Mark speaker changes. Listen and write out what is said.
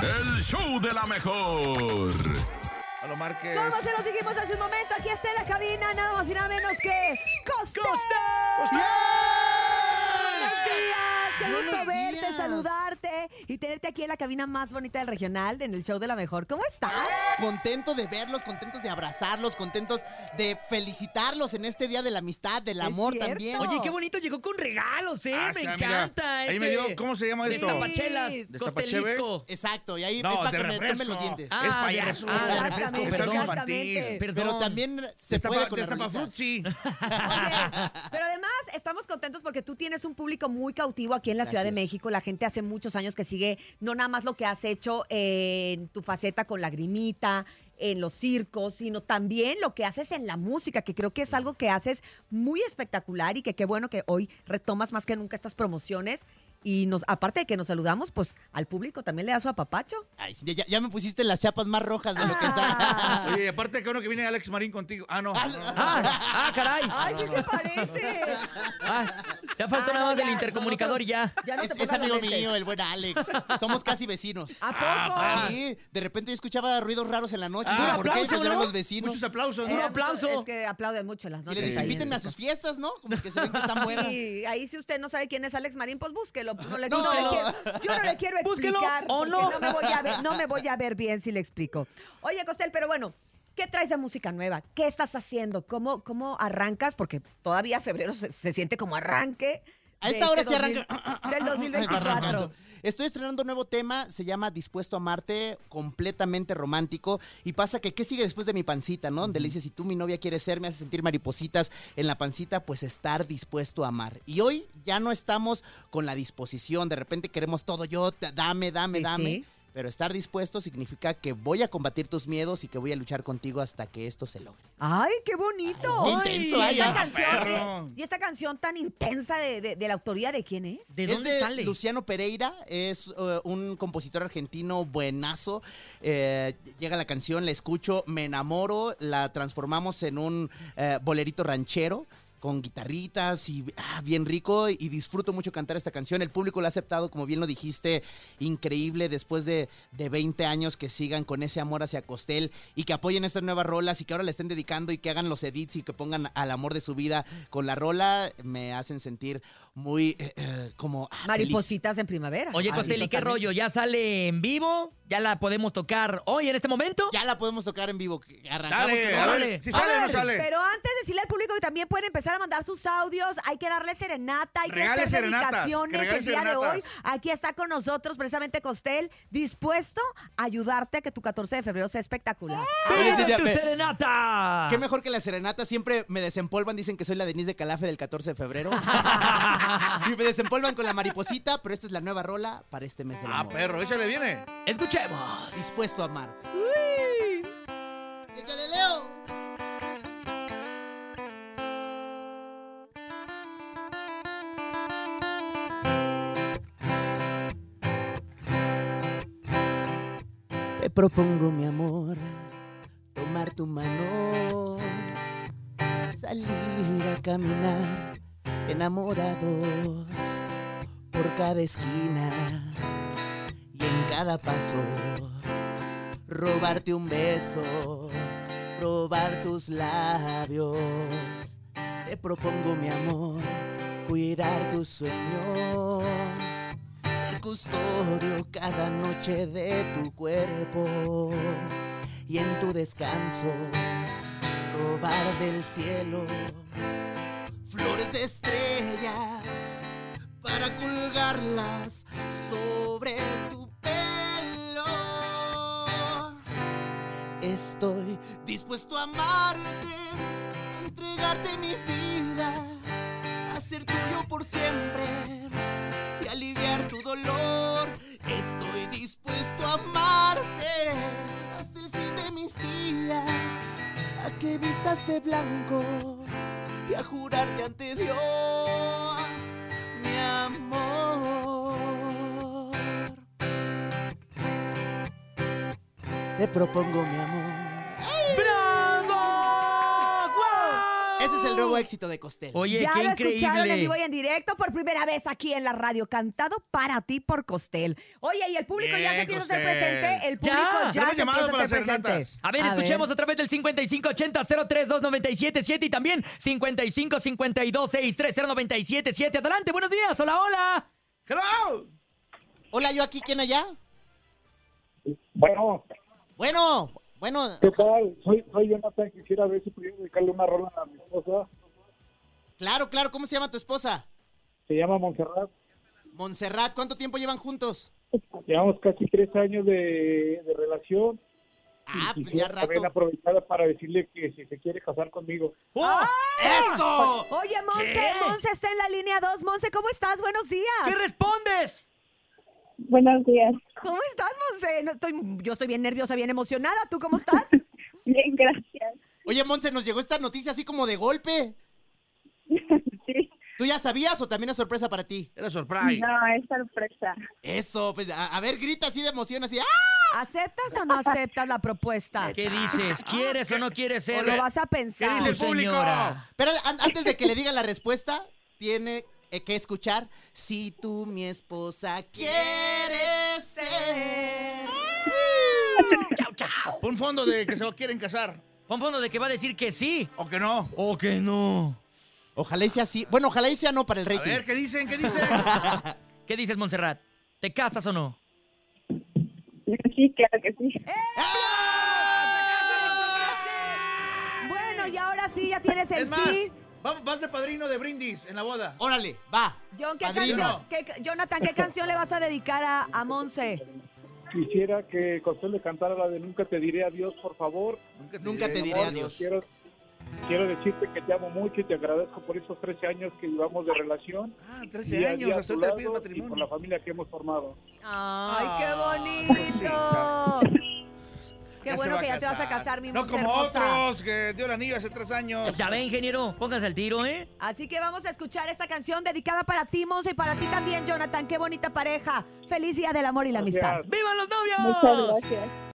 Speaker 1: El show de la mejor.
Speaker 2: A lo Márquez.
Speaker 3: ¿Cómo se lo dijimos hace un momento? Aquí está en la cabina, nada más y nada menos que Costa.
Speaker 2: Pues,
Speaker 3: Buenos días, qué
Speaker 4: Buenos
Speaker 3: gusto verte,
Speaker 4: días.
Speaker 3: saludarte y tenerte aquí en la cabina más bonita del regional, en el show de la mejor. ¿Cómo estás?
Speaker 4: Contento de verlos, contentos de abrazarlos, contentos de felicitarlos en este día de la amistad, del amor
Speaker 3: cierto.
Speaker 4: también.
Speaker 5: Oye, qué bonito, llegó con regalos, ¿eh?
Speaker 2: Ah,
Speaker 5: me
Speaker 2: sea, mira.
Speaker 5: encanta. este
Speaker 2: Ahí me dio, ¿cómo se llama
Speaker 5: de
Speaker 2: esto?
Speaker 5: Tapachelas,
Speaker 3: Sí.
Speaker 2: ¿Destapacheves?
Speaker 5: costelisco.
Speaker 4: Exacto, y ahí
Speaker 2: No,
Speaker 4: es para
Speaker 2: de
Speaker 4: que me
Speaker 2: refresco.
Speaker 4: tomen los dientes.
Speaker 5: Ah,
Speaker 2: es
Speaker 5: de-
Speaker 2: payaso.
Speaker 5: ah, de refresco,
Speaker 3: Exactamente,
Speaker 2: es algo
Speaker 5: perdón.
Speaker 2: infantil.
Speaker 3: exactamente.
Speaker 5: Eh, Perdón.
Speaker 4: Pero también se
Speaker 2: Destapa-
Speaker 4: puede con las
Speaker 2: destapa
Speaker 4: rolitas.
Speaker 2: frutzi.
Speaker 3: Oye, pero además estamos contentos porque tú tienes un público muy cautivo aquí en la Ciudad de
Speaker 4: Gracias.
Speaker 3: México. La gente hace muchos años que sigue no nada más lo que has hecho en tu faceta con lagrimita, en los circos, sino también lo que haces en la música, que creo que es algo que haces muy espectacular y que qué bueno que hoy retomas más que nunca estas promociones. Y nos, aparte de que nos saludamos, pues al público también le das su apapacho.
Speaker 4: Ay, ya, ya- ya me pusiste las chapas más rojas de lo que está.
Speaker 3: Ah.
Speaker 2: Oye, aparte que uno que viene Alex Marín contigo. Ah, no. no, no, no.
Speaker 5: Ah, ah, caray.
Speaker 3: ¡Ay, sí se parece!
Speaker 5: Ah, ya faltó
Speaker 3: Ah,
Speaker 5: nada más
Speaker 3: ya,
Speaker 5: del
Speaker 3: no,
Speaker 5: intercomunicador
Speaker 3: pero-
Speaker 5: y ya.
Speaker 3: Ya no
Speaker 4: es,
Speaker 3: te
Speaker 4: es
Speaker 3: pongas los
Speaker 4: amigo
Speaker 3: lentes.
Speaker 4: mío, el buen Alex. Somos casi vecinos.
Speaker 3: ¿A poco?
Speaker 2: Ah.
Speaker 4: Sí, de repente yo escuchaba ruidos raros en la noche.
Speaker 2: Ah,
Speaker 4: dije, ¿Por qué?
Speaker 5: aplauso,
Speaker 4: Pues eran
Speaker 5: ¿no?
Speaker 4: los vecinos.
Speaker 2: Muchos aplausos,
Speaker 3: Era
Speaker 2: ¿no?
Speaker 5: Eh,
Speaker 3: mucho-
Speaker 5: aplauso.
Speaker 3: Es que aplauden mucho en las
Speaker 4: Y
Speaker 3: noches.
Speaker 4: les dije,
Speaker 3: ahí en
Speaker 4: inviten a sus fiestas, ¿no? Como que se ven que están buenas.
Speaker 3: Sí, ahí si usted no sabe quién es Alex Marín, pues búsquelo. No le,
Speaker 4: No.
Speaker 3: yo no le quiero, yo no le quiero
Speaker 5: Búsquelo
Speaker 3: explicar.
Speaker 5: o
Speaker 3: porque
Speaker 5: no.
Speaker 3: me voy a ver, no me voy a ver bien si le explico. Oye, Costel, pero bueno, ¿qué traes de música nueva? ¿Qué estás haciendo? ¿Cómo, cómo arrancas? Porque todavía febrero se, se siente como arranque.
Speaker 4: A
Speaker 3: de
Speaker 4: esta hora
Speaker 3: este
Speaker 4: sí
Speaker 3: 2000
Speaker 4: arranca.
Speaker 3: Del
Speaker 4: Ahí va arrancando.
Speaker 3: 2024.
Speaker 4: Estoy estrenando un nuevo tema, se llama Dispuesto a Amarte, completamente romántico. Y pasa que, ¿qué sigue después de mi pancita, no? Donde le dice, si tú mi novia quieres ser, me hace sentir maripositas en la pancita, pues estar dispuesto a amar. Y hoy ya no estamos con la disposición, de repente queremos todo yo, t- dame, dame,
Speaker 3: Sí,
Speaker 4: dame.
Speaker 3: sí.
Speaker 4: Pero estar dispuesto significa que voy a combatir tus miedos y que voy a luchar contigo hasta que esto se logre.
Speaker 3: ¡Ay, qué bonito!
Speaker 4: Ay, qué intenso,
Speaker 3: y,
Speaker 4: ay,
Speaker 3: esta
Speaker 4: ya.
Speaker 3: canción,
Speaker 2: Perro.
Speaker 3: y esta canción tan intensa de, de- de la autoría de quién es?
Speaker 5: ¿De
Speaker 4: Es
Speaker 5: dónde
Speaker 4: de
Speaker 5: sale?
Speaker 4: Luciano Pereira es eh, un compositor argentino buenazo. Eh, llega la canción, la escucho, me enamoro, la transformamos en un eh, bolerito ranchero con guitarritas y ah, bien rico y disfruto mucho cantar esta canción. El público la ha aceptado, como bien lo dijiste, increíble después de, de 20 años que sigan con ese amor hacia Costel y que apoyen estas nuevas rolas y que ahora le estén dedicando y que hagan los edits y que pongan al amor de su vida con la rola, me hacen sentir muy eh, eh, como... ah, feliz.
Speaker 3: Maripositas en primavera.
Speaker 5: Oye,
Speaker 3: Así
Speaker 5: Costel, ¿y qué
Speaker 3: totalmente.
Speaker 5: rollo? ¿Ya sale en vivo? ¿Ya la podemos tocar hoy en este momento?
Speaker 4: Ya la podemos tocar en vivo. que Arrancamos
Speaker 2: Dale,
Speaker 4: con-
Speaker 2: a
Speaker 5: Órale.
Speaker 2: ver. Si
Speaker 3: A
Speaker 2: sale o no
Speaker 3: ver,
Speaker 2: sale.
Speaker 3: Pero antes de decirle al público que también pueden empezar a mandar sus audios, hay que darle serenata, hay que
Speaker 2: Regale
Speaker 3: hacer
Speaker 2: serenatas,
Speaker 3: dedicaciones
Speaker 2: que regale
Speaker 3: el día de
Speaker 2: serenatas.
Speaker 3: hoy. Aquí está con nosotros precisamente Costel, dispuesto a ayudarte a que tu 14 de febrero sea espectacular.
Speaker 4: Feliz día,
Speaker 5: ¡Pide tu
Speaker 4: fe-
Speaker 5: serenata!
Speaker 4: Qué mejor que la serenata. Siempre me desempolvan. Dicen que soy la Denise de Calafe del 14 de febrero. y me desempolvan con la mariposita. Pero esta es la nueva rola para este mes de
Speaker 2: Ah, perro, échale viene.
Speaker 5: Escuchemos.
Speaker 4: Dispuesto a amarte. ¡Échale, Leo! Te propongo, mi amor, tomar tu mano, salir a caminar enamorados por cada esquina y en cada paso, robarte un beso, robar tus labios. Te propongo, mi amor, cuidar tu sueño ser custodio cada noche de tu cuerpo y en tu descanso robar del cielo flores de estrellas para colgarlas sobre tu pelo. Estoy dispuesto a amarte, a entregarte mi vida, a ser tuyo por siempre y aliviar tu dolor. Estoy dispuesto a amarte hasta el fin de mis días, a que vistas de blanco y a jurarte ante Dios, mi amor. Te propongo mi amor.
Speaker 5: ¡Bravo! ¡Guau!
Speaker 4: Es Ese es el nuevo éxito de Costello.
Speaker 5: Oye,
Speaker 3: ya
Speaker 5: qué
Speaker 3: lo escucharon en vivo y
Speaker 5: increíble.
Speaker 3: en directo por primera vez aquí en la radio, cantado para ti por Costel. Oye, y el público ya
Speaker 2: Bien,
Speaker 3: se empieza a hacer
Speaker 2: Costel.
Speaker 3: presente. El
Speaker 5: Ya,
Speaker 3: público ya,
Speaker 2: tenemos
Speaker 3: se
Speaker 2: llamadas
Speaker 3: empieza
Speaker 2: para
Speaker 3: a hacer
Speaker 2: hacer
Speaker 3: presente.
Speaker 2: natas.
Speaker 5: A ver, escuchemos a través del 5580-032977 y también 5552-630977. Adelante, buenos días, hola, hola.
Speaker 2: ¡Hello!
Speaker 4: Hola, yo aquí, ¿quién allá?
Speaker 6: Bueno,
Speaker 4: Bueno, bueno,
Speaker 6: ¿qué tal? Soy, soy Jonathan, quisiera ver si pudiera dedicarle una rola a mi esposa.
Speaker 4: claro, claro, ¿cómo se llama tu esposa?
Speaker 6: Se llama Montserrat.
Speaker 4: Montserrat, ¿cuánto tiempo llevan juntos?
Speaker 6: Llevamos casi tres años de, de relación.
Speaker 4: Ah,
Speaker 6: y
Speaker 4: pues ya
Speaker 6: quisiera también
Speaker 4: rato.
Speaker 6: aprovechar para decirle que si se quiere casar conmigo.
Speaker 5: ¡Oh!
Speaker 4: ¡Eso!
Speaker 3: Oye, Monse,
Speaker 5: ¿Qué?
Speaker 3: Monse está en la línea 2. Monse, ¿cómo estás? Buenos
Speaker 5: ¿Qué
Speaker 3: días.
Speaker 5: respondes?
Speaker 7: Buenos días.
Speaker 3: ¿Cómo estás, Monse? No, estoy- yo estoy bien nerviosa, bien emocionada. ¿Tú cómo estás?
Speaker 7: Bien, gracias.
Speaker 4: Oye, Monse, nos llegó esta noticia así como de golpe.
Speaker 7: Sí.
Speaker 4: ¿Tú ya sabías o también es sorpresa para ti?
Speaker 2: Era surprise.
Speaker 7: No, es sorpresa.
Speaker 4: Eso, pues, a, a ver, grita así de emoción, así, ¡ah!
Speaker 3: ¿Aceptas o no aceptas la propuesta?
Speaker 5: ¿Qué dices? ¿Quieres o no quieres
Speaker 3: ¿O
Speaker 5: ser?
Speaker 3: lo vas a
Speaker 2: ¿Qué
Speaker 3: pensar?
Speaker 2: dice el
Speaker 5: su
Speaker 2: público?
Speaker 5: señora.
Speaker 4: Pero an- antes de que le diga la respuesta, tiene eh, que escuchar Si tú, mi esposa, quieres ser.
Speaker 2: Un fondo de que se quieren casar.
Speaker 5: Pon fondo de que va a decir que sí
Speaker 2: ¿O que no?
Speaker 5: o que no.
Speaker 4: Ojalá y sea así. Bueno, ojalá y sea no para el
Speaker 2: A ver,
Speaker 4: rating.
Speaker 2: ¿qué dicen? ¿Qué dicen?
Speaker 5: ¿Qué dices, Montserrat? ¿Te casas o no?
Speaker 7: Sí, claro que sí.
Speaker 3: Bueno, y ahora sí, ya tienes el
Speaker 2: es más,
Speaker 3: sí.
Speaker 2: vamos, vas de padrino de brindis en la boda.
Speaker 4: Órale, va.
Speaker 3: John, ¿qué
Speaker 4: Padrino.
Speaker 3: canción- qué- Jonathan, ¿qué canción le vas a dedicar a, a Monse?
Speaker 6: Quisiera que Costel le cantara la de Nunca te diré adiós, por favor.
Speaker 4: Nunca te diré
Speaker 6: Amor,
Speaker 4: adiós.
Speaker 6: Quiero, quiero decirte que te amo mucho y te agradezco por esos 13 años que llevamos de relación.
Speaker 2: Ah,
Speaker 6: Día
Speaker 2: 13
Speaker 6: a
Speaker 2: años,
Speaker 6: día a
Speaker 2: hasta
Speaker 6: tu
Speaker 2: ahorita le
Speaker 6: lado
Speaker 2: pide
Speaker 6: Y por la
Speaker 2: matrimonio.
Speaker 6: familia que hemos formado.
Speaker 3: ¡Ay,
Speaker 2: Ah,
Speaker 3: qué bonito! Qué
Speaker 2: Ya se
Speaker 3: bueno
Speaker 2: va
Speaker 3: que
Speaker 2: a
Speaker 3: ya te vas a casar, mi
Speaker 2: No
Speaker 3: Monse
Speaker 2: como
Speaker 3: hermosa.
Speaker 2: otros que dio el anillo hace tres años.
Speaker 5: Ya ve, ingeniero, póngase al tiro, ¿eh?
Speaker 3: Así que vamos a escuchar esta canción dedicada para ti, Monse, y para ti también, Jonathan. ¡Qué bonita pareja! ¡Feliz Día del Amor y la Amistad!
Speaker 6: Gracias.
Speaker 5: ¡Vivan los novios!
Speaker 7: Muchas gracias.